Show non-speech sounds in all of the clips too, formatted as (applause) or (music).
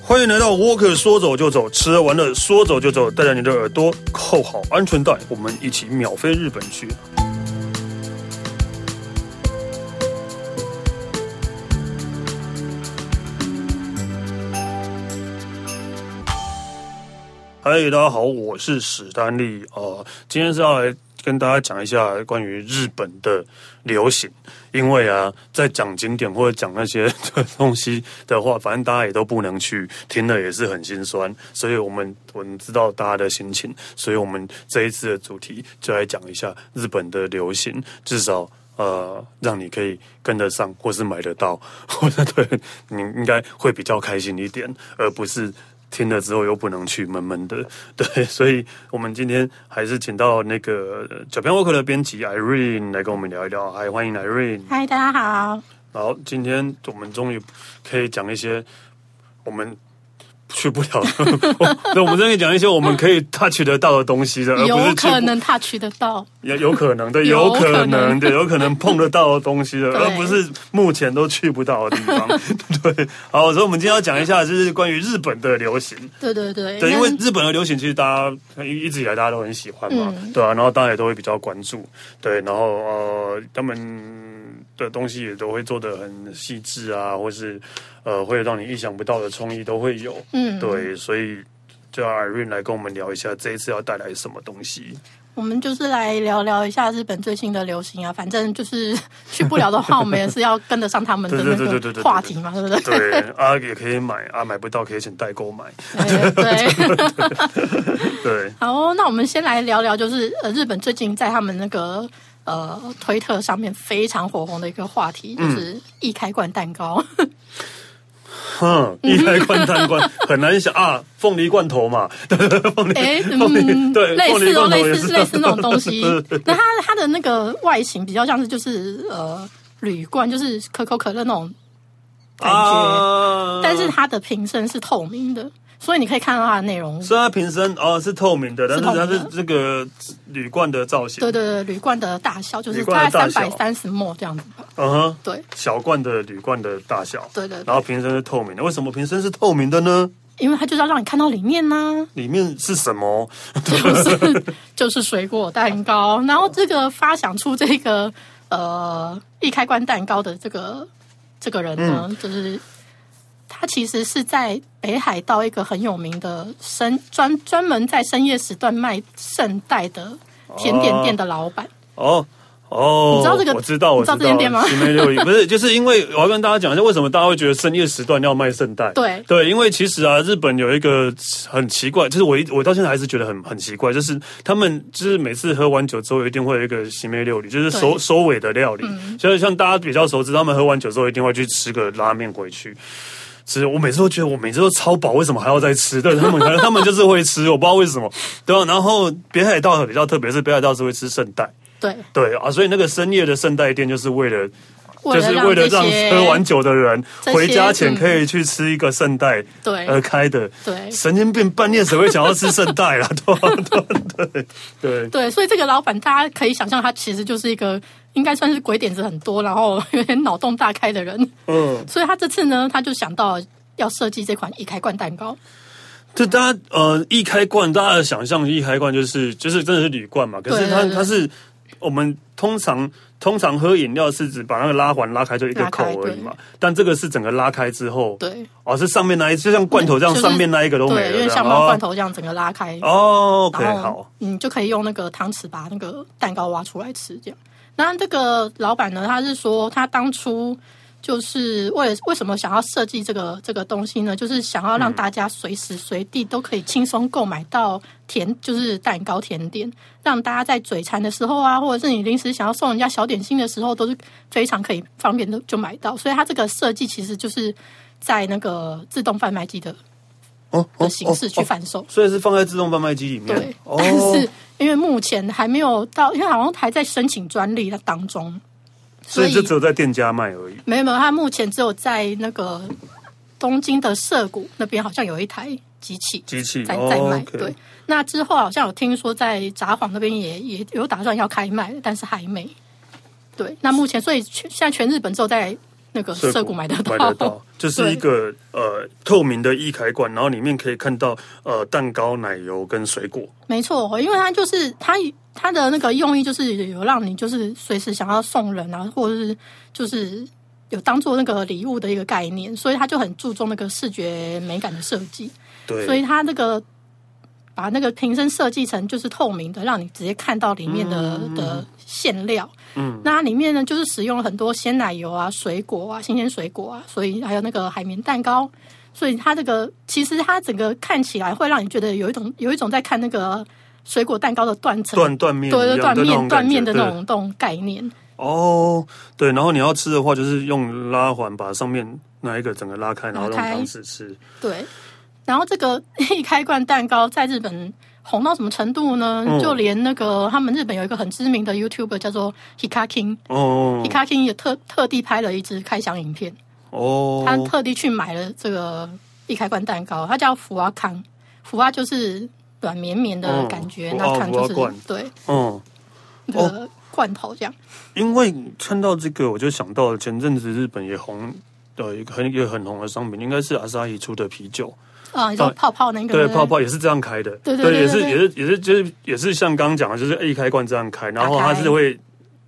欢迎来到 Walker，说走就走，吃完了说走就走，带着你的耳朵扣好安全带，我们一起秒飞日本去。嗨，大家好，我是史丹利呃，今天是要来跟大家讲一下关于日本的流行，因为啊，在讲景点或者讲那些 (laughs) 东西的话，反正大家也都不能去，听了也是很心酸，所以我们我们知道大家的心情，所以我们这一次的主题就来讲一下日本的流行，至少。呃，让你可以跟得上，或是买得到， (laughs) 或者对你应该会比较开心一点，而不是听了之后又不能去，闷闷的。 (laughs) 对，所以我们今天还是请到那个呃 Japan Walker 的编辑 Irene 来跟我们聊一聊。嗨，欢迎 Irene。嗨，大家好。好，今天我们终于可以讲一些我们。去不了的， (laughs) 我那我们这边讲一些我们可以 touch 得到的东西的，而呃不有是去可能 touch 得到，也有可能对，有有可可能能 (laughs) 对，有可能碰得到的东西的，对而不是目前都去不到的地方。 (laughs) 对，好，所以我们今天要讲一下，就是关于日本的流行。对对对，对，因那为日本的流行其实大家一一直以来大家都很喜欢嘛，嗯对啊，然后大家也都会比较关注，对，然后呃，他们的东西也都会做的很细致啊，或是呃，会让你意想不到的创意都会有，嗯，对，所以就让 Irene 来跟我们聊一下这一次要带来什么东 (laughs) 西。我们就是来聊聊一下日本最新的流行啊，反正就是 (laughs) 去不了的话，我们也是要跟得上他们的对对对那对对对个话题嘛，对不对？对啊，也可以买啊，买不到可以请代购买。对对。对， (laughs) 好哦，那我们先来聊聊，就是呃，日本最近在他们那个呃推特上面非常火红的一个话题，就是嗯易开罐蛋糕。嗯哼， (laughs) 一来罐蛋罐很难想啊，凤梨罐头嘛，凤梨 (laughs) 哎，凤梨嗯，对，类凤梨似哦，罐头类也似是类似那种东 (laughs) 西。那它它的那个外形比较像是就是呃铝罐，就是可口可乐那种感觉，啊但是它的瓶身是透明的，所以你可以看到它的内容。虽然它瓶身哦是透明的，但是透明它的是这个铝罐的造型，对对对，铝罐的大小就是铝罐大的概大三小百三十沫这样子吧。嗯哼，对，小罐的铝罐的大小，对对对然后瓶身是透明的，为什么瓶身是透明的呢？因为它就是要让你看到里面呐、里面是什么？就是就是水果蛋糕。然后这个发想出这个呃易开关蛋糕的这个这个人呢，就是他其实是在北海道一个很有名的深专专门在深夜时段卖圣代的甜点店的老板。哦哦，你知道这个我知道，我你知道这间店吗西梅 (laughs) 六一不是，就是因为我要跟大家讲一下，为什么大家会觉得深夜时段要卖圣代？对对，因为其实啊，日本有一个很奇怪，就是我一我到现在还是觉得很很奇怪，就是他们就是每次喝完酒之后，一定会有一个西梅料理，就是收对嗯收尾的料理。所以像大家比较熟知，他们喝完酒之后一定会去吃个拉面回去。吃，我每次都觉得我每次都超饱，为什么还要再吃？对他们，可能他们就是会吃，我不知道为什么。对啊，然后北海道比较特别，是北海道是会吃圣代，对，对啊，所以那个深夜的圣代店就是为了。为就是了让为了让这些喝完酒的人这些嗯回家前可以去吃一个圣代，对而开的，对神经病，半夜谁会想要吃圣代啦？ (laughs) 对吧对对对对，所以这个老板大家可以想象，他其实就是一个应该算是鬼点子很多，然后有点脑洞大开的人。嗯，所以他这次呢，他就想到要设计这款易开罐蛋糕。就大家呃一开罐，大家的想象一开罐就是就是真的是铝罐嘛，可是它对对对它是我们通常通常喝饮料是指把那个拉环拉开就一个拉口开而已对嘛，但这个是整个拉开之后，对，哦是上面那一就像罐头这样，就是上面那一个都没对，了，因为这样像猫罐哦头这样整个拉开，哦，OK 然好后。你就可以用那个汤匙把那个蛋糕挖出来吃。这样，那这个老板呢，他是说他当初。就是为了为什么想要设计这个这个东西呢？就是想要让大家随时随地都可以轻松购买到甜，就是蛋糕甜点，让大家在嘴馋的时候啊，或者是你临时想要送人家小点心的时候，都是非常可以方便的就买到。所以它这个设计其实就是在那个自动贩卖机的哦的形式去贩售。所以是放在自动贩卖机里面。对，哦、但是因为目前还没有到，因为好像还在申请专利的当中，所所以以就只有在店家卖而已。没有没有，它目前只有在那个东京的涩谷那边好像有一台机器机器在哦在卖， OK 对。那之后好像有听说在札幌那边也也有打算要开卖，但是还没。对，那目前所以全现在全日本只有在那个涩谷买得到。买得 (laughs) 到，就是一个呃透明的易开罐，然后里面可以看到呃蛋糕、奶油跟水果。没错，因为它就是它它的那个用意就是有让你就是随时想要送人啊，或者是就是有当做那个礼物的一个概念，所以它就很注重那个视觉美感的设计。对，所以它那个把那个瓶身设计成就是透明的，让你直接看到里面的、嗯的馅料。嗯，那它里面呢就是使用了很多鲜奶油啊、水果啊、新鲜水果啊，所以还有那个海绵蛋糕。所以它这个其实它整个看起来会让你觉得有一种有一种在看那个水果蛋糕的断层，断断面一对对样断的那面种断感觉面的那对种那种概念。哦，对，然后你要吃的话，就是用拉环把上面那一个整个拉开，然后用拉开汤匙吃。对，然后这个 (laughs) 一开罐蛋糕在日本红到什么程度呢？嗯就连那个他们日本有一个很知名的 YouTuber 叫做 Hika King，Hika 哦 King 也特特地拍了一支开箱影片，他哦，特地去买了这个一开罐蛋糕，它叫福阿康，福阿就是软绵绵的嗯感觉，福那阿康福就阿是罐对嗯，那个罐头这样。因为看到这个，我就想到前阵子日本也红的一个很也很红的商品，应该是阿萨伊出的啤酒。啊，你说对泡泡那个对，不泡泡也是这样开的，对对对也是对也是也是就是也是像刚刚讲的，就是哎一开罐这样开，然后打开它是会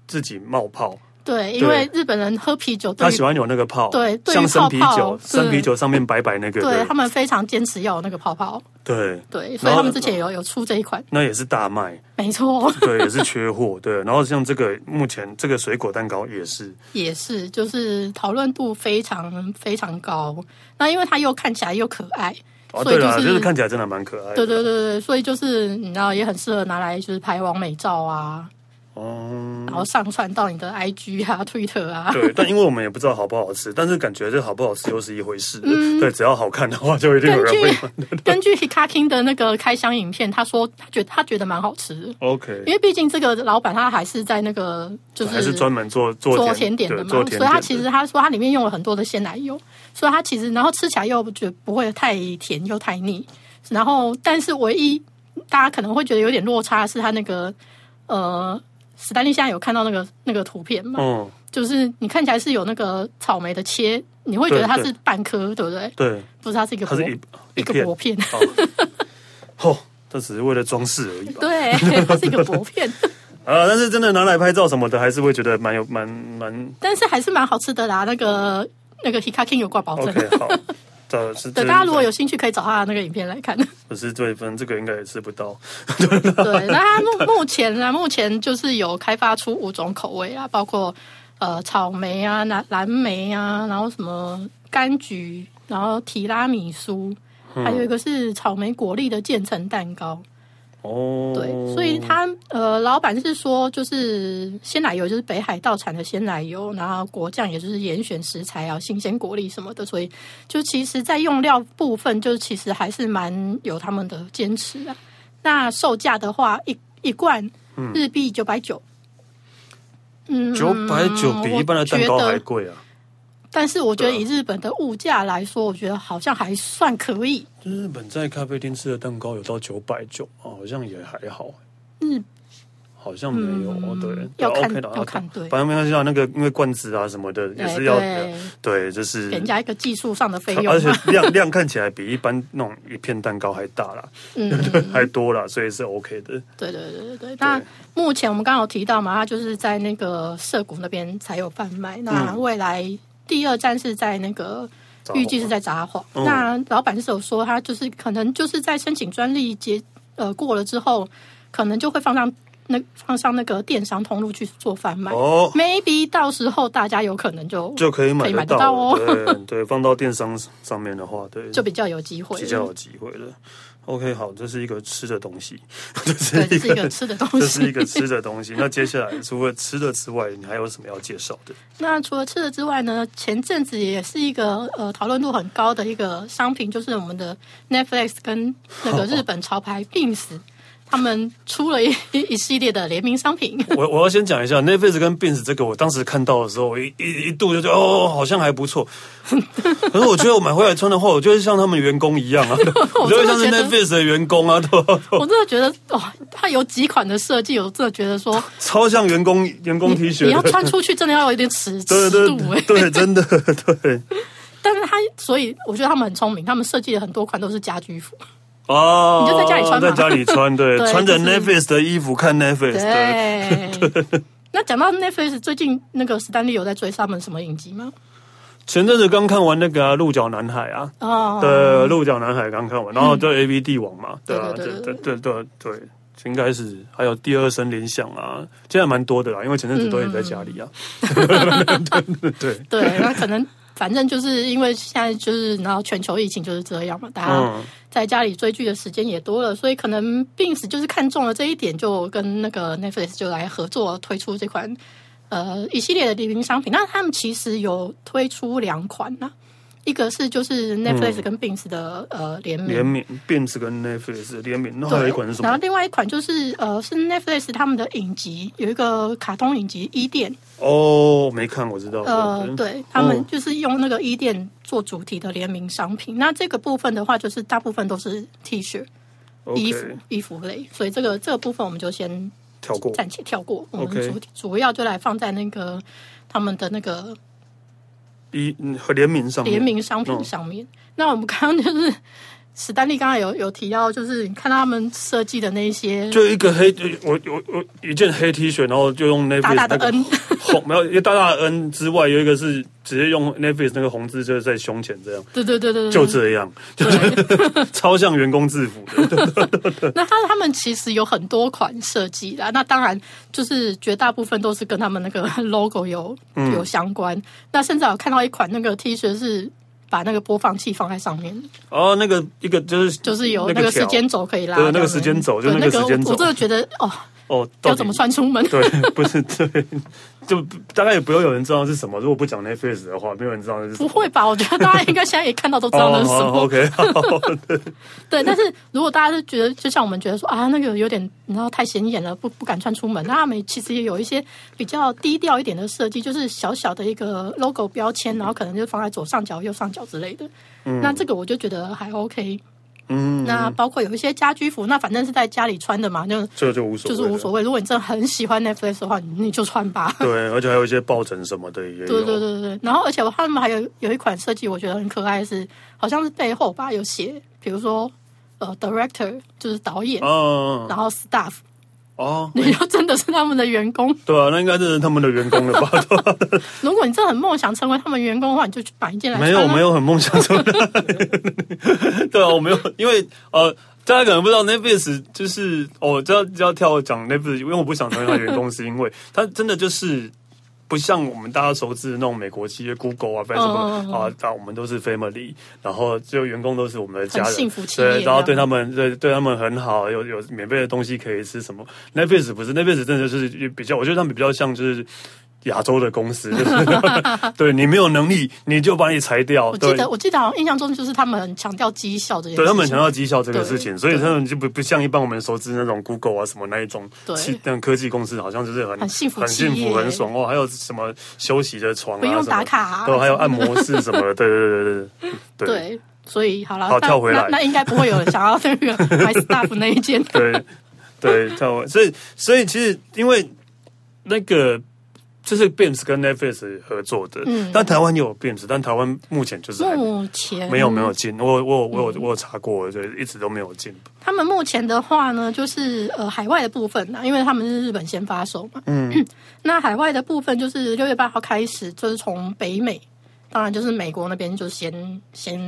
自己冒泡，对，因对为日本人喝啤酒对他于，喜欢有那个泡，对对于像生啤泡泡酒，生对啤酒上面白白那个，对他们非常坚持要有那个泡泡，对，对，所以然后他们之前有有出这一款，那也是大卖，没错。对，也是缺货，对，然后像这个目前这个水果蛋糕也是，也是，就是讨论度非常非常高。那因为它又看起来又可爱，哦，所以对就啦，是就是看起来真的蛮可爱的，对对对对，所以就是你知道也很适合拿来就是拍完美照啊，哦。然后上传到你的 IG 啊、Twitter (laughs) 啊。 (laughs) 对，但因为我们也不知道好不好吃，但是感觉这好不好吃又是一回事。对，只要好看的话，就一定有嗯根人会买。据根据 Hikaking 的那个开箱影片，他说他觉得他觉得蛮好吃的， OK，因为毕竟这个老板他还是在那个就是还是专门做做做甜甜点的嘛，对做甜点所以的它其实他说它里面用了很多的鲜奶油，所以它其实然后吃起来又觉得不会太甜又太腻，然后但是唯一大家可能会觉得有点落差的是它那个呃史丹利现在有看到那个那个图片嘛，嗯，就是你看起来是有那个草莓的切，你会觉得它对是半颗，对不对？对，不是，它是一个它薄是一一个片薄片，哦，这只是为了装饰而已吧。对， (laughs) 它是一个薄片，啊，但是真的拿来拍照什么的，还是会觉得蛮有蛮 (laughs) 蛮但是还是蛮好吃的啦。那个那个 Hikaking 有挂保证。 OK 好。这是 (laughs) 对，大家如果有兴趣，可以找他的那个影片来看。不是对分，这个应该也吃不到。对，那它目目前呢，目前就是有开发出五种口味啊，包括呃草莓啊、蓝蓝莓啊，然后什么柑橘，然后提拉米苏，还有一个是草莓果粒的渐层蛋糕。哦，对，所以它呃，老板是说，就是鲜奶油就是北海道产的鲜奶油，然后果酱也就是严选食材啊，新鲜果粒什么的，所以就其实，在用料部分，就是其实还是蛮有他们的坚持啊。那售价的话，一一罐嗯日币九百九，嗯，九百九比一般的蛋糕我觉还得贵啊！但是我觉得对啊以日本的物价来说，我觉得好像还算可以。日本在咖啡厅吃的蛋糕有到九百九啊，好像也还好。日好像没有哦，对，嗯要看 OK 的，要看对反正没关系啊。那个因为罐子啊什么的也是要对对，就是给人家一个技术上的费用嘛，啊而且量量看起来比一般那种一片蛋糕还大啦，嗯对， (laughs) 还多啦，所以是 OK 的。对对对对对。那目前我们刚刚有提到嘛，它就是在那个涩谷那边才有贩卖。那未来第二站是在那个。嗯札幌预计是在札幌。嗯那老板是有说，他就是可能就是在申请专利结呃过了之后，可能就会放上那放上那个电商通路去做贩卖。哦， Maybe 到时候大家有可能就就就可以买可以买得得到到哦了对 (laughs) 对，放到电商上面的话，对，比较有机会比较有机会了。OK，好，这是一个吃的东西， (laughs) 这是对，这一是一个个吃的东 (laughs) 西。这是一个吃的东西。 (laughs) 那接下来除了吃的之外，你还有什么要介绍的？那除了吃的之外呢，前阵子也是一个呃讨论度很高 (laughs) 的一个商品，就是我们的 Netflix 跟那个日本潮牌 Beams，他们出了一 (laughs) 一一系列的联名商品。我我要先讲一下 Netflix 跟 Beans 这个，我当时看到的时候，我一一一度就觉得哦，好像还不错。 (laughs) 可是我觉得我买回来穿的话，我就会像他们员工一 (laughs) 样啊，我就会像是真的觉得 Netflix 的员工啊， (laughs) 对吧？我真的觉得哇，它有几款的设计，我真的 (laughs) 觉得说超像员工员工 T 恤你要的，穿出去真的要有一 (laughs) 点尺对尺对度哎、对对，真的 (laughs) 对但是它所以我觉得他们很聪明，他们设计的很多款都是家居服。哦， (laughs) 你就在家里穿嘛在家里穿，对， (laughs) 对穿着就是 Netflix 的衣服看 Netflix，对，对。 (laughs) 那讲到 Netflix，最近那个史丹利有在追他们什么影集吗？前阵子刚看完那个啊、鹿角男孩》啊，哦，嗯对，《鹿角男孩》刚看完，然后就 A B 帝王嘛，对啊，对对对对对对对，应该是还有第二声联想啊，现在蛮多的啦，因为前阵子都也在家里啊，嗯 (laughs) 对，对， (laughs) 那可能反正就是因为现在就是然后全球疫情就是这样嘛，大家嗯，在家里追剧的时间也多了，所以可能 Bings 就是看中了这一点，就跟那个 Netflix 就来合作推出这款呃一系列的联名商品。那他们其实有推出两款呢、一个是就是 Netflix 跟 Bings 的、呃联名嗯联名 Beams 跟 Netflix 的联名，那对，还有一款是什然后么？另外一款就是呃，是 Netflix 他们的影集有一个卡通影集《伊甸》，哦，没看，我知道，呃，对他们嗯就是用那个伊甸做主题的联名商品。那这个部分的话，就是大部分都是 T 恤、衣服 OK，、衣服类，所以这个这个部分我们就先跳过，暂且跳过。我们 OK 主主要就来放在那个他们的那个一嗯和联名上面联名商品嗯上面。那我们刚刚就是史丹利刚刚有有提到，就是你看到他们设计的那一些就一个黑，我我我一件黑 T 恤，然后就用 Netflix 大大的那个 (laughs) N。红，没有一个大大的 N 之外，有一个是直接用 Netflix 那个红字就是在胸前这样，对对对对，对就这样， (laughs) 就是超像员工制服的。 (laughs) 那他他们其实有很多款设计啦，那当然就是绝大部分都是跟他们那个 (laughs) logo 有、嗯有相关。那甚至还有看到一款那个 T 恤是把那个播放器放在上面，哦，那个一个就是就是有那个条时间轴可以拉。对那个这样时间轴就对那那个时间轴我我真的觉得哦，哦，到要底怎么？穿出门？ (laughs) 对，不是对，就大概也不会有人知道是什么。如果不讲 Netflix 的话，没有人知道那是什 (laughs) 不么。会吧？我觉得大家应该现在也看到都知道那哦是什么。好，OK，好， (laughs) 对，但是如果大家都觉得，就像我们觉得说啊，那个有点，然后太显眼了，不不敢穿出门。那他们其实也有一些比较低调一点的设计，就是小小的一个 logo 标签，然后可能就放在左上角、右上角之类的。那这个我就觉得还 OK。嗯，那包括有一些家居服，那反正是在家里穿的嘛，就这就无所就谓，是无所谓。谓。如果你真的很喜欢 Netflix 的话，你你就穿吧。对，而且还有一些抱枕什么的也有。对对对对，对然后而且他们还有有一款设计，我觉得很可爱是，好像是背后吧有写，比如说呃 director 就是导演，嗯，然后 staff 哦，你就真的是他们的员工。对啊，那应该就是他们的员工了吧？ (laughs) 如果你真的很梦想成为他们员工的话，你就去买一件来穿没啊、有没有很梦想中 (laughs) 的，对啊，我没有，因为呃，大家可能不知道 Netflix 就是哦我知道知道跳我讲 Netflix，因为我不想成为他员工，是因为他真的就是。不像我们大家熟知的那种美国企业，Google 啊、嗯嗯 Facebook 啊，啊，我们都是 family，然后就员工都是我们的家人，很幸福企业对，然后对这样他们对对他们很好，有有免费的东西可以吃什么。Netflix 不是 Netflix，真的就是比较，我觉得他们比较像就是亚洲的公司，就是对你没有能力，你就把你裁掉。我记对得我记得好像印象中就是他们很强调绩效这件事对情。他们很强调绩效这个事情，对所以他们就不不像一般我们熟知那种 Google 啊什么那一种对企那种科技公司，好像就是很很幸福很幸企福、业很爽哦。还有什么休息的床啊，不用什么打卡啊对，还有按摩室什么 (laughs) 的，对对对对对对对，所以好了，好那跳回来那，那应该不会有人想要那个买 staff 那一 (laughs) 件。对对，跳完。所以所以其实因为那个。这是 Beams 跟 Netflix 合作的，嗯但台湾也有 Beams，但台湾目前就是还没目前嗯没有没有进，我我我有我有查过，对，一直都没有进。他们目前的话呢，就是呃海外的部分呢，因为他们是日本先发售嘛。嗯， (clears throat) 那海外的部分就是六月八号开始，就是从北美，当然就是美国那边就先先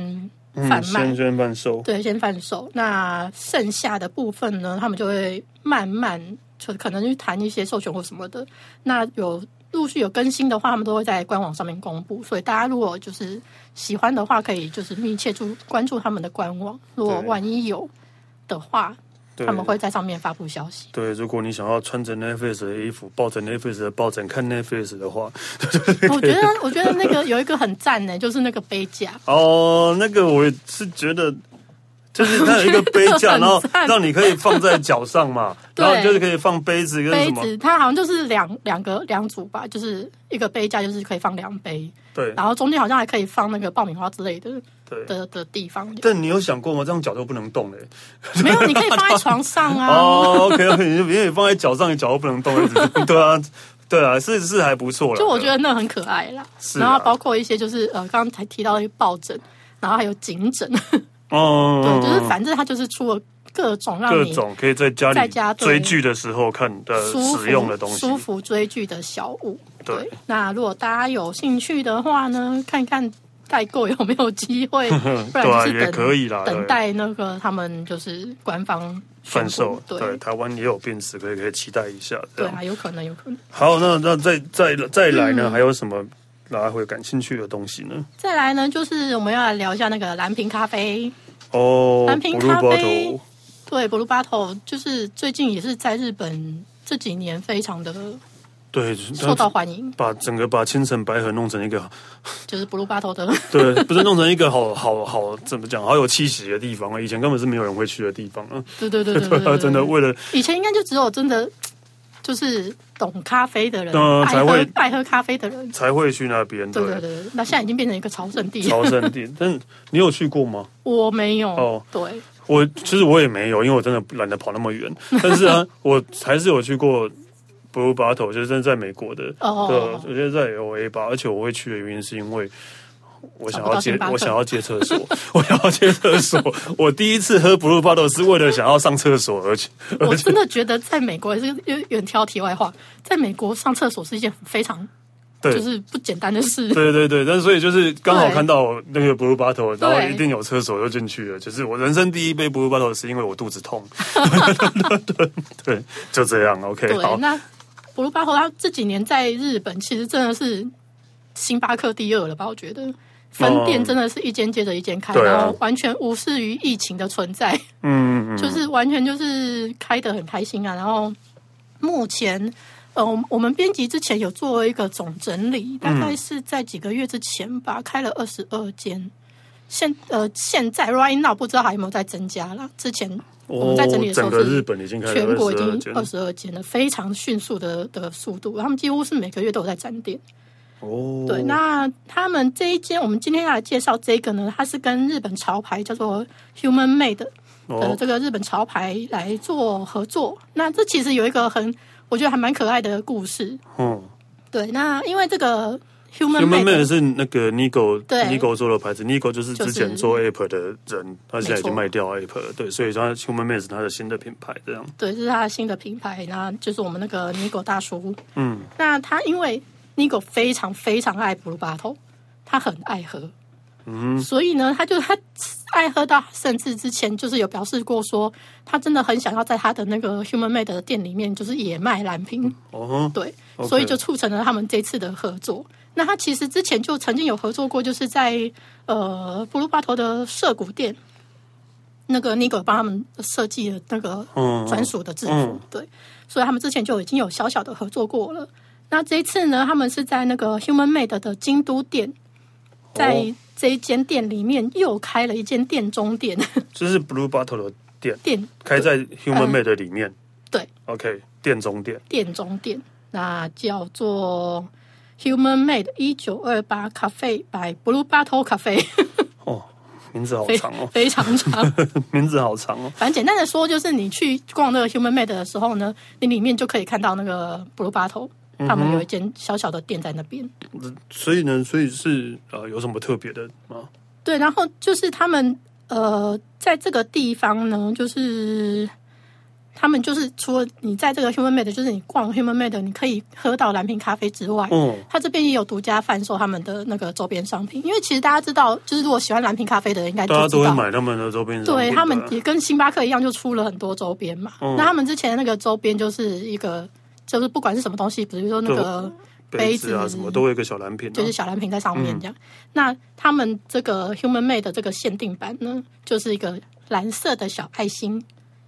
贩卖，先先贩售，对，先贩售。那剩下的部分呢，他们就会慢慢就可能去谈一些授权或什么的。那有陆续有更新的话，他们都会在官网上面公布。所以大家如果就是喜欢的话，可以就是密切注关注他们的官网。如果对万一有的话，对他们会在上面发布消 (laughs) 息。对。如果你想要穿着 Netflix 的衣服，抱着 Netflix 的抱枕看 Netflix 的话，我觉得，我觉得那个有一个很赞呢，就是那个杯架。哦，那个我是觉得。就是它有一个杯架， (laughs) 我觉得很然后赞让你可以放在脚上嘛， (laughs) 对然后就是可以放杯子跟什杯么，子它好像就是两两个两组吧，就是一个杯架就是可以放两杯，对然后中间好像还可以放那个爆米花之类的对。的的地方。但你有想过吗？这样脚都不能动嘞、欸没有，你可以放在床上啊， (laughs) 哦，OK，因为你放在脚上，你脚都不能动， (laughs) 对啊，对啊，是是还不错了。就我觉得那很可爱啦。是啊然后包括一些就是呃，刚刚才提到的一个抱枕，然后还有颈枕，对啊，哦对，就是反正它就是出了各种嗯让各你种可以在家在里家对追剧的时候看的舒服使用的东西舒。服追剧的小物。对那如果大家有兴趣的话呢，看看代购有没有机 (laughs) 会，不然对啊就是等也可以啦对等待那个他们就是官方宣贩布售对对台湾也有变质，可以可以期待一下。这对嗯样啊，有可能，有可能。好，那那再再再来呢？还有什么大家会感兴趣的东西呢？再来呢，就是我们要来聊一下那个蓝瓶咖啡。哦，蓝瓶 Blue 咖啡 Bottle 对，Blue Bottle 就是最近也是在日本这几年非常的对，受到欢迎，把整个把千层百合弄成一个，就是 Blue Bottle 的对， (laughs) 不是弄成一个好好好怎么讲，好有气息的地方啊！以前根本是没有人会去的地方啊！对，对对 (laughs) 对对对对啊，真的为了以前应该就只有真的就是懂咖啡的人，嗯爱才喝会爱喝咖啡的人。才会去那边，对对对，对那现在已经变成一个朝圣地了。朝圣地。但你有去过吗？我没有，哦 (laughs) 对，我其实我也没有，因为我真的懒得跑那么 (laughs) 远。但是啊，我还是有去过 Blue Bottle，就是真的在美国的，哦对，啊我觉得在 L A 吧。而且我会去的原因是因为。我想要找接不到星巴，克我想要接厕所，我想要接厕所。我第一次喝 Blue Bottle 是为了想要上厕所而去，我真的觉得在美国也是有点挑题外话，在美国上厕所是一件非常对，就是不简单的事。对对对，但所以就是刚好看到那个 Blue Bottle，然后对一定有厕所就进去了。就是我人生第一杯 Blue Bottle 是因为我肚子 (laughs) 痛， (laughs) 对对，就这样。OK，对，好，那布鲁巴头它这几年在日本其实真的是星巴克第二了吧？我觉得分店真的是一间接着一间开，对啊然后完全无视于疫情的存在。嗯嗯，就是完全就是开得很开心啊。然后目前，呃，我们我们编辑之前有做一个总整嗯理，大概是在几个月之前吧，开了二十二间。现呃，现在 right now 不知道还有没有在增加了。之前我们在整理的时哦整候个日是本已经开全了国二已十二间经二十二间了，非常迅速的的速度，他们几乎是每个月都有在展店。哦，对，那他们这一间，我们今天要来介绍这个呢，它是跟日本潮牌叫做 Human Made 的哦这个日本潮牌来做合作。那这其实有一个很，我觉得还蛮可爱的故事。嗯对，那因为这个 Human ，Human Made， Man 是那个 Nigo 对 Nigo 做的牌子，Nigo 就是就之是前做 App 的人，他现在已没经错卖掉 App 了，对，所以他 Human Man 是他的新的品牌，这样，对，这是它的新的品牌，那就是我们那个 Nigo 大叔。嗯，那他因为 Nigo 非常非常爱布鲁巴头，他很爱喝，嗯，所以呢，他就他爱喝到甚至之前就是有表示过说，他真的很想要在他的那个 Human Made 的店里面就是也卖蓝瓶，哦，对 OK 所以就促成了他们这次的合作。那他其实之前就曾经有合作过，就是在呃布鲁巴头的涩谷店，那个 Nigo 帮他们设计了那个嗯专属的制服，嗯对，所以他们之前就已经有小小的合作过了。那这一次呢，他们是在那个 Human Made 的京都店，在哦这一间店里面又开了一间店中店 (laughs) 这是 Blue Bottle 的店，店开在 Human Man 的嗯里面对，OK，店中店。店中店，那叫做 Human Made 一九二八 Cafe by Blue Bottle Cafe，哦，名字好非长哦， (laughs) 非常长。 (laughs) 名字好长哦。反正简单的说，就是你去逛那个 Human Made 的时候呢，你里面就可以看到那个 Blue Bottle，他嗯们有一间小小的店在那边。所以呢，所以是呃，有什么特别的吗？对，然后就是他们呃，在这个地方呢，就是他们就是除了你在这个 Human Made，就是你逛 Human Made，你可以喝到蓝瓶咖啡之外，嗯他这边也有独家贩售他们的那个周边商品。因为其实大家知道，就是如果喜欢蓝瓶咖啡的人，应该就大家知都会道。买他们的周边商品对的他们也跟星巴克一样，就出了很多周边嘛。那他们之前那个周边就是一个，就是不管是什么东西，比如说那个杯子啊什么都会有一个小蓝瓶、啊，就是小嗯蓝瓶在上面这样。那他们这个 Human Made 的这个限定版呢，就是一个蓝色的小爱心，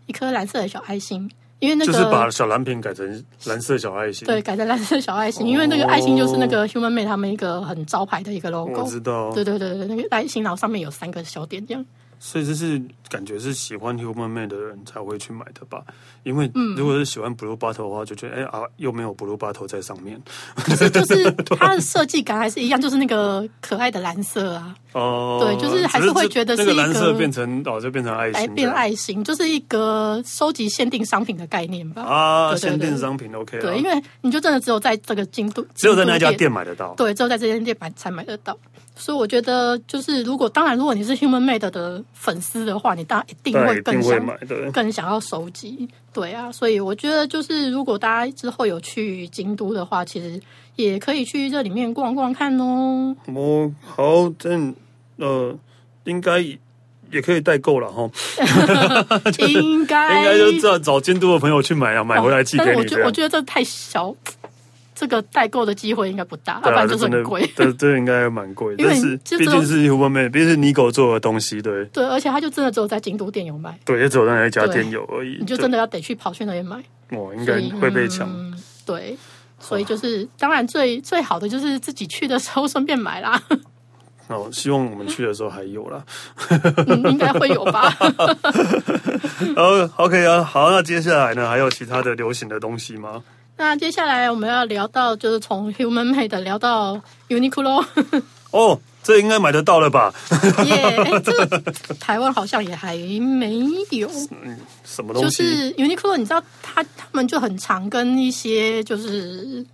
一颗蓝色的小爱心，因为那就是把个小蓝瓶改成蓝色小爱心。对，改成蓝色小爱心，因为那个爱心就是那个 Human Made 他们一个很招牌的一个 logo。我知道。对对对对，那个爱心，然后上面有三个小点这样。所以这是感觉是喜欢 Human Made 的人才会去买的吧？因为嗯如果是喜欢 Blue Bottle 的话，就觉得哎啊，又没有 Blue Bottle 在上面可是 (laughs) 就是它的设计感还是一样，就是那个可爱的蓝色啊，哦。对就是还是会觉得这这是一个个蓝色变成哦，就变成爱来心，变爱心，就是一个收集限定商品的概念吧。啊，对对限对定商品 OK 啦对，因为你就真的只有在这个京都，只有在那家京都店买得到。对，只有在这间店买才买得到。所以我觉得，就是如果当然，如果你是 Human Made 的粉丝的话，你当然一定对，会一更定会想买的。更想要收集。对啊，所以我觉得就是如果大家之后有去京都的话，其实也可以去这里面逛逛看哦。我好，这呃，应该也可以代购了哈， (laughs) 应该应该就找找监督的朋友去买啊，买回来寄但给是我你觉这得我样。觉得这太小，这个代购的机会应该不大，要对不啊，然这就是真很的贵。，这这应该蛮贵，因为但是这毕种竟是 Human Made，毕竟是 Nigo 做的东西，对对，而且它就真的只有在京都店有卖，对，也只有那一家对店有而已。你就对真的要得去跑去那边买。我应该所以会被抢。嗯对，所以就是当然最最好的就是自己去的时候顺便买啦， (laughs) 哦，希望我们去的时候还有啦。嗯应该会有吧？哦，OK 啊，好，那接下来呢，还有其他的流行的东西吗？那接下来我们要聊到就是从 Human Made 聊到 (laughs) Uniqlo，哦，这应该买得到了吧？耶，哎这个台湾好像也还没有，什么就东西？是 Uniqlo，你知道他他们就很常跟一些就是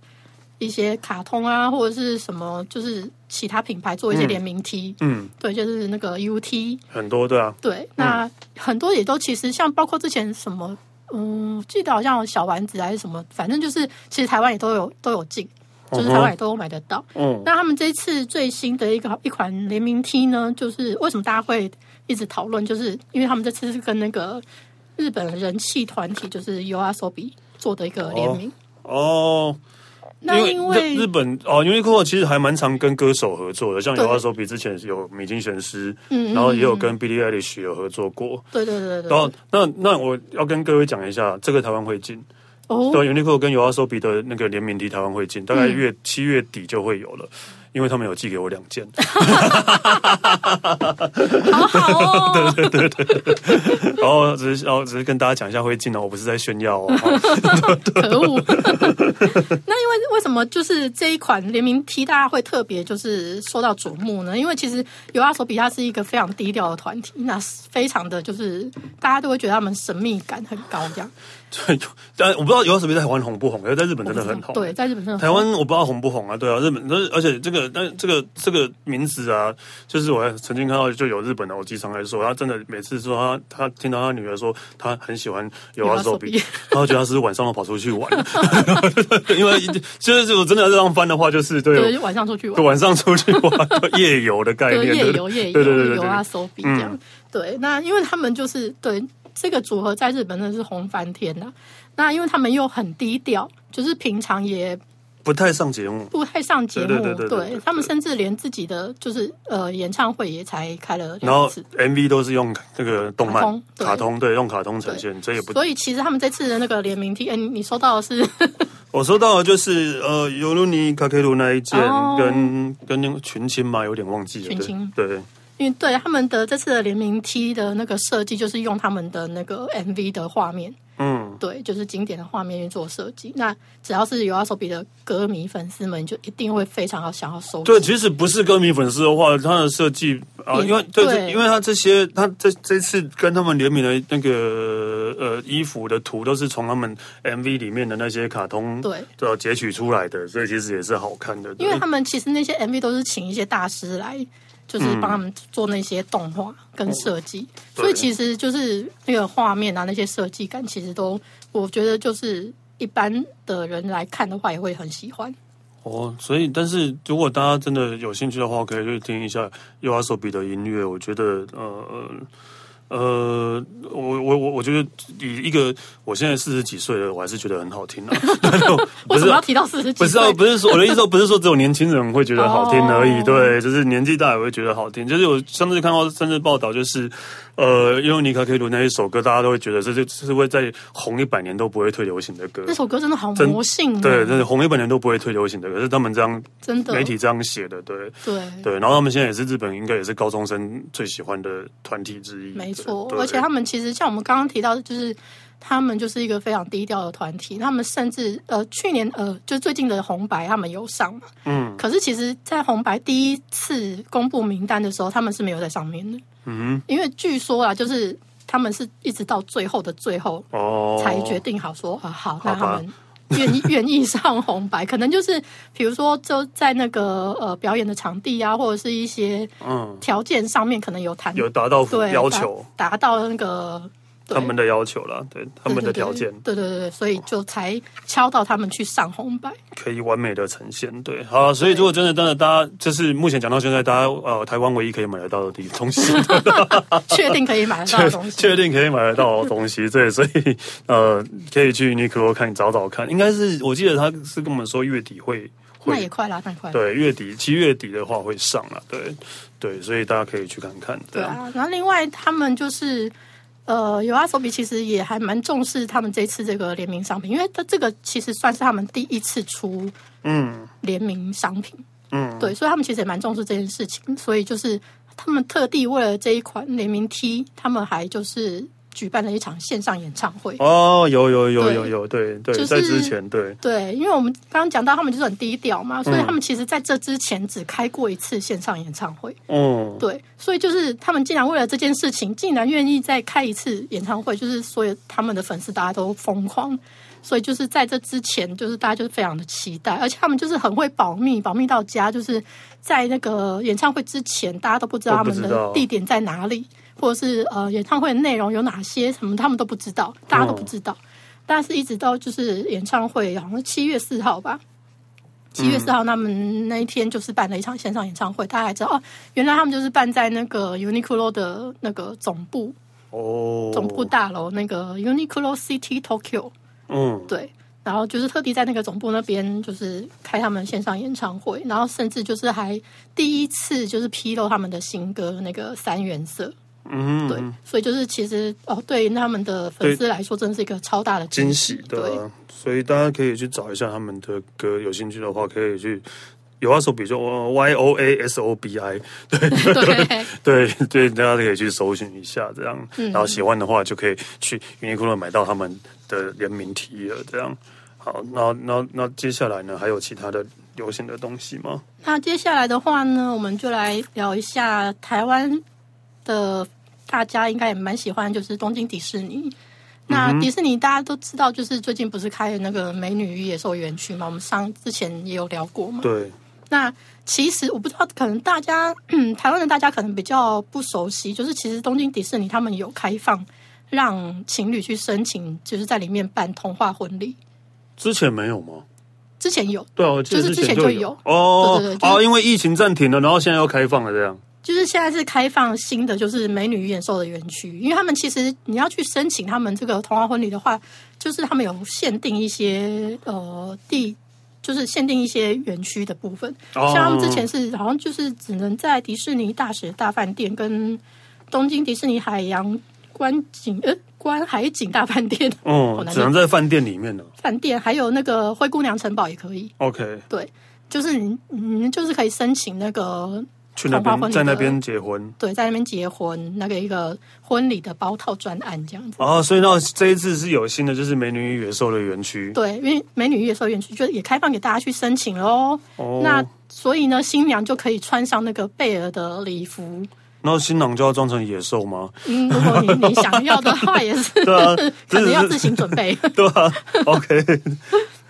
一些卡通啊或者是什么就是其他品牌做一些联名 T，、嗯，对，就是那个 UT，很多对啊，对，那很多也都其实像包括之前什么，嗯，记得好像有小丸子还是什么，反正就是其实台湾也都有都有进，就是嗯哼台湾也都有买得到。嗯，那他们这次最新的一个一款联名 T 呢，就是为什么大家会一直讨论，就是因为他们这次是跟那个日本人气团体就是 U R S O B 做的一个联名。哦，那因为日日本哦，因为 Uniqlo 其实还蛮常跟歌手合作的，像对有二手比之前有米津玄师，嗯嗯然后也有跟 Billie Eilish 有合作过。对对对然对对后，那那我要跟各位讲一下，这个台湾会进，哦，嗯对，Uniqlo 跟有二手比的那个联名 T 台湾会进，大概月七月底就会有了，因为他们有寄给我两件， (laughs) 好好哦，然后只是然后只是跟大家讲一下会进哦，我不是在炫耀哦，哦 (laughs) 可恶！那因为为什么就是这一款联名 T 大家会特别就是受到瞩目呢？因为其实尤阿手比它是一个非常低调的团体，那非常的就是大家都会觉得他们神秘感很高，这样对，但我不知道有二手比在台湾红不红，可是在日本真的很红，对，在日本真的台湾我不知道红不红啊，对啊，日本，而而且这个，但这个这个名字啊，就是我曾经看到就有日本的偶机商来说，他真的每次说他他听到他女儿说他很喜欢有阿手比 Yoasobi，他会觉得他是晚上要跑出去玩， (laughs) 因为就是我真的要这样翻的话，就是对，对就晚上出去玩对，晚上出去玩夜游的概对念，夜对游夜游对对对对游对啊手比这样。嗯对，那因为他们就是对这个组合在日本真的是红翻天呐、那因为他们又很低调，就是平常也不太上节目，不太上节目，对对对对对对他们甚至连自己的就是呃演唱会也才开了然两后次。 MV 都是用那个动卡漫通对卡通，对，用卡通呈现，这也不所以其实他们这次的那个联名 T，哎、你你收到的是我收到的就是呃，尤鲁尼卡克鲁那一件，哦跟跟那个群青嘛，有点忘记了。群青对，对因为对他们的这次的联名 T 的那个设计，就是用他们的那个 MV 的画面，嗯，对，就是经典的画面去做设计。那只要是有阿手比的歌迷粉丝们，就一定会非常好想要收集。对，其实不是歌迷粉丝的话，它的设计啊，也因为对，对因为它这些，它这这次跟他们联名的那个呃衣服的图，都是从他们 MV 里面的那些卡通对呃截取出来的，所以其实也是好看的。因为他们其实那些 MV 都是请一些大师来，就是帮他们做那些动画跟设计，嗯哦对所以其实就是那个画面啊，那些设计感，其实都我觉得就是一般的人来看的话，也会很喜欢。哦，所以但是如果大家真的有兴趣的话，可以去听一下 U R S O B 的音乐。我觉得呃，呃，我我我我觉得以一个我现在四十几岁了，我还是觉得很好听啊。 (laughs) 不为什是么要提到四十几不是啊，岁？不是说我的意思说，不是说只有年轻人会觉得好听而已，哦对，就是年纪大也会觉得好听。就是我上次看到甚至报道，就是呃，因为尼卡可以伦那一首歌，大家都会觉得这就是会在红一百年都不会退流行的歌那。首歌真的好真魔性、啊，对，真的红一百年都不会退流行的，可是他们这样真的媒体这样写的，对对。对。然后他们现在也是日本，应该也是高中生最喜欢的团体之一。没错，嗯对而且他们其实像我们刚刚提到的，就是他们就是一个非常低调的团体。他们甚至呃，去年呃，就最近的红白他们有上嘛，嗯。可是其实，在红白第一次公布名单的时候，他们是没有在上面的，嗯。因为据说啊，就是他们是一直到最后的最后哦，才决定好说啊、好，那好吧他们愿意 (laughs) 愿意上红白，可能就是比如说就在那个呃表演的场地啊，或者是一些嗯条件上面可能有谈有达到对要求，达达到那个对他们的要求啦，对他们的条件。对对对对，所以就才敲到他们去上红白。可以完美的呈现。对，好啊、所以如果真的，真的，大家就是目前讲到现在，大家呃，台湾唯一可以买得到的地东西，确定可以买得到的东西。 (laughs) 确定可以买得到的东西，对，所以呃，可以去 Uniqlo 看找找看，应该是我记得他是跟我们说月底会那也会。快啦，那也快啦。对，月底七月底的话会上了，对对，所以大家可以去看看。这对样，啊，然后另外他们就是。呃，有阿手比其实也还蛮重视他们这次这个联名商品，因为它这个其实算是他们第一次出嗯联名商品，嗯，对，所以他们其实也蛮重视这件事情，所以就是他们特地为了这一款联名 T，他们还就是举办了一场线上演唱会。哦，有有有对有有，对对，就是在之前对，对，因为我们刚刚讲到他们就是很低调嗯嘛，所以他们其实在这之前只开过一次线上演唱会。嗯，对，所以就是他们竟然为了这件事情，竟然愿意再开一次演唱会，就是所有他们的粉丝大家都疯狂。所以就是在这之前，就是大家就是非常的期待，而且他们就是很会保密，保密到家，就是在那个演唱会之前，大家都不知都道他不们知的道地点在哪里，或者是呃演唱会的内容有哪些什么，他们都不知道，大家都不知道。但是一直到就是演唱会，好像七月四号吧，七月四号，他们那一天就是办了一场线上演唱会，大家才知道哦，原来他们就是办在那个 Uniqlo 的那个总部哦，总部大楼那个 Uniqlo City Tokyo，嗯，对，然后就是特地在那个总部那边就是开他们线上演唱会，然后甚至就是还第一次就是披露他们的新歌那个三原色，嗯，对，所以就是其实哦，对于他们的粉丝来说，真的是一个超大的惊喜喜，对啊所以大家可以去找一下他们的歌，有兴趣的话可以去。有啊，手比就 Y O A S O B I，对对。 (laughs) (laughs) 对对，大家可以去搜寻一下，这样，嗯然后喜欢的话就可以去 Uniqlo 买到他们的联名 T 了，这样。好，那那那接下来呢，还有其他的流行的东西吗？那接下来的话呢，我们就来聊一下台湾的，大家应该也蛮喜欢，就是东京迪士尼。那嗯迪士尼大家都知道，就是最近不是开了那个美女与野兽园区嘛？我们上之前也有聊过嘛。对，那其实我不知道，可能大家 (clears throat) 台湾的大家可能比较不熟悉，就是其实东京迪士尼他们有开放让情侣去申请，就是在里面办童话婚礼。之前没有吗？之前有，对啊，我记得就是之前之前就有哦对对对就是哦，因为疫情暂停了，然后现在又开放了，这样。就是现在是开放新的，就是美女与野兽的园区，因为他们其实你要去申请他们这个童话婚礼的话，就是他们有限定一些呃地，就是限定一些园区的部分。哦像他们之前是好像就是只能在迪士尼大学大饭店跟东京迪士尼海洋观景呃观海景大饭店好嗯，难只能在饭店里面了。饭店，还有那个灰姑娘城堡也可以。 OK，对，就是你你就是可以申请那个去那童话边婚礼在那的边结婚。对，在那边结婚，那个一个婚礼的包套专案这样子。哦，所以那这一次是有新的，就是美女与野兽的园区。对，因为美女与野兽园区就也开放给大家去申请喽。哦，那所以呢，新娘就可以穿上那个贝尔的礼服。然后新郎就要装成野兽吗？嗯，如果你你想要的话，也是对 (laughs) 啊，可这能是要自行 (laughs) 准备。对啊。OK，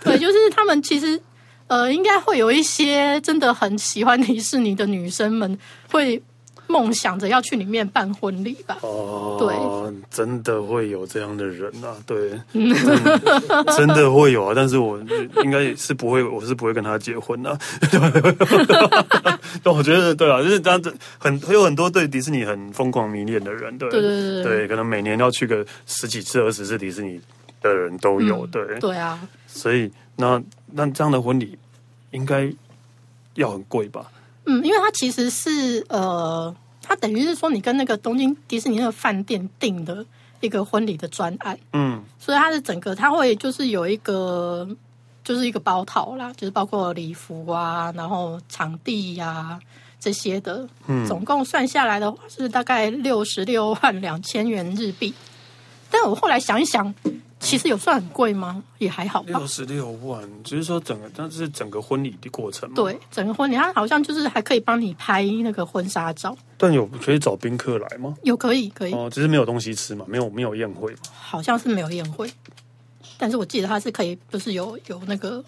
对，就是他们其实呃，应该会有一些真的很喜欢迪士尼的女生们会梦想着要去里面办婚礼吧。 (laughs) 哦，对，真的会有这样的人啊，对， (laughs) 真真的会有啊，但是我应该是不会，我是不会跟他结婚啊。 (laughs) 但我觉得对啊，就是当很有很多对迪士尼很疯狂迷恋的人，对对对对对可能每年要去个十几次、二十次迪士尼的人都有，对，对啊，所以那那这样的婚礼应该要很贵吧？嗯，因为它其实是呃，它等于是说你跟那个东京迪士尼那个饭店订的一个婚礼的专案，嗯，所以它的整个它会就是有一个就是一个包套啦，就是包括礼服啊，然后场地呀、这些的，嗯总共算下来的话是大概六十六万两千元日币。但我后来想一想，其实有算很贵吗？也还好吧六。十六万，只是说整个，但是整个婚礼的过程嘛。对，整个婚礼它好像就是还可以帮你拍那个婚纱照，但有可以找宾客来吗？有可以可以，哦，只是没有东西吃嘛，没有没有宴会嘛。好像是没有宴会，但是我记得它是可以，就是有有那个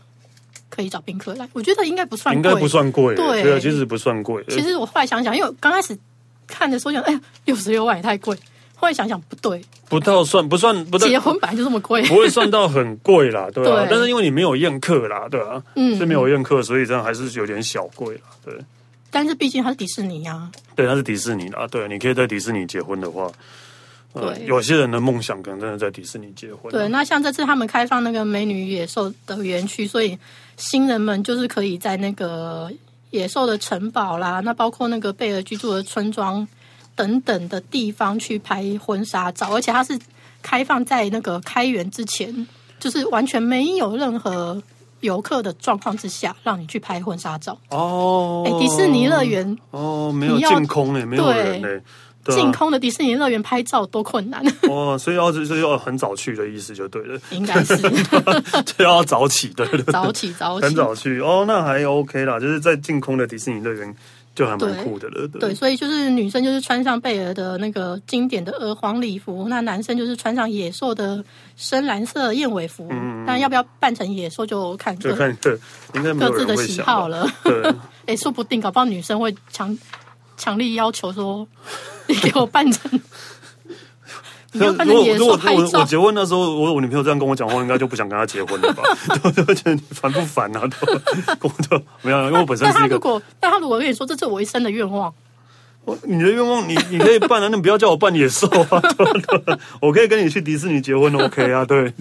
可以找宾客来，我觉得应该不算应贵，该不。算贵，对对啊，其实不算贵。其实我后来想想，因为我刚开始看的时候想，哎呀，六十六万也太贵。后来想想不对，不到算不算不到结婚本来就这么贵， (laughs) 不会算到很贵啦，对啊对。但是因为你没有宴客啦，对啊，嗯是没有宴客，所以这样还是有点小贵啦，对。但是毕竟它是迪士尼啊，对，它是迪士尼啦，对，啊你可以在迪士尼结婚的话，呃，对有些人的梦想可能真的在迪士尼结婚啊。对。那像这次他们开放那个美女与野兽的园区，所以新人们就是可以在那个野兽的城堡啦，那包括那个贝尔居住的村庄等等的地方去拍婚纱照，而且它是开放在那个开园之前，就是完全没有任何游客的状况之下，让你去拍婚纱照。哦哎、，迪士尼乐园哦，没有你要净空诶，没有人诶，对啊净空的迪士尼乐园拍照多困难， (laughs) 哦，所以要所以要很早去的意思就对 (laughs) 了，应该是就要早起，对对对，早起早起，很早去哦，那还 OK 啦，就是在净空的迪士尼乐园就还蛮酷的了，对，所以就是女生就是穿上贝尔的那个经典的鹅黄礼服，那男生就是穿上野兽的深蓝色燕尾服。但要不要扮成野兽就看就各看对，应该没各有自人的会喜想好吧，了。 (laughs) 对。哎，说不定搞不好女生会强强力要求说，你给我扮成，你给我如扮成果野如兽果拍我我照。结婚那时候，我我女朋友这样跟我讲话，我应该就不想跟她结婚了吧？ (laughs) 对，我就觉得你烦不烦啊？对，工作没有，因为我本身但是他一如个，果，但他如果跟你说这是我一生的愿望，我你的愿望你你可以办啊，那你不要叫我扮野兽啊！ (laughs) 对对我可以跟你去迪士尼结婚，OK 啊？对，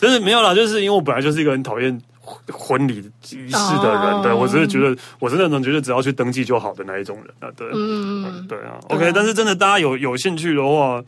就是没有啦，就是因为我本来就是一个很讨厌。婚礼仪式的人，哦对我只是觉得，我是那种觉得只要去登记就好的那一种人啊，对，嗯，对啊，OK，但是真的，大家有有兴趣的话，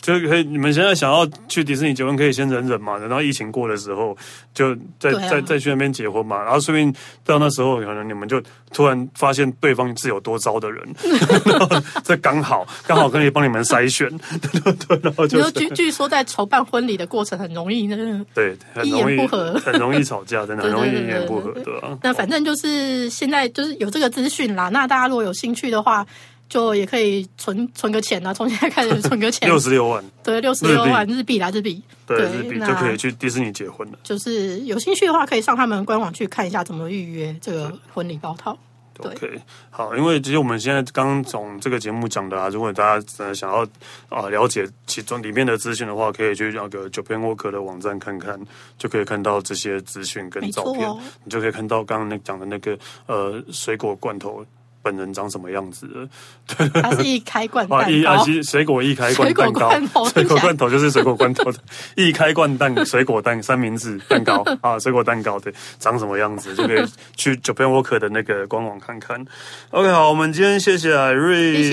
就可以你们现在想要去迪士尼结婚，可以先忍忍嘛，等到疫情过的时候，就再、对啊再再去那边结婚嘛，然后顺便到那时候，可能你们就突然发现对方是有多糟的人， (laughs) 然后这刚好刚好可以帮你们筛选， (laughs) 对对对，然后你就说是据据说在筹办婚礼的过程很容易，那个对，很一言容易不合很容易吵架，真的很容易对对一对言不合，对对对啊。那反正就是现在就是有这个资讯啦，那大家如果有兴趣的话，就也可以存存个钱啦，啊从现在开始存个钱，六十六万，对，六十六万日币啦，日币，对日币就可以那去迪士尼结婚了。就是有兴趣的话，可以上他们官网去看一下怎么预约这个婚礼包套。对 OK，好，因为其实我们现在刚刚从这个节目讲的啊，如果大家呃想要啊、了解其中里面的资讯的话，可以去那个九片 Work 的网站看看，就可以看到这些资讯跟没照错片，哦你就可以看到刚刚那讲的那个呃水果罐头本人长什么样子了。 (laughs) 它是一开罐啊，蛋一啊，糕，其实水果一开罐水果蛋糕罐头，水果罐头就是水果罐头 (laughs) 的一开罐蛋水果蛋三明治蛋糕啊，水果蛋糕对，长什么样子就可 (laughs) 以去 Japan Walker 的那个官网看看。OK，好，我们今天谢谢艾瑞，谢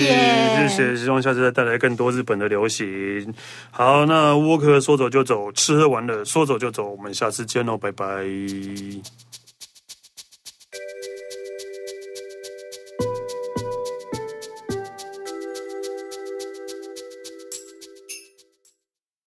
谢谢谢，希望下次再带来更多日本的流行。好，那 Walker 说走就走，吃喝玩乐说走就走，我们下次见喽，拜拜。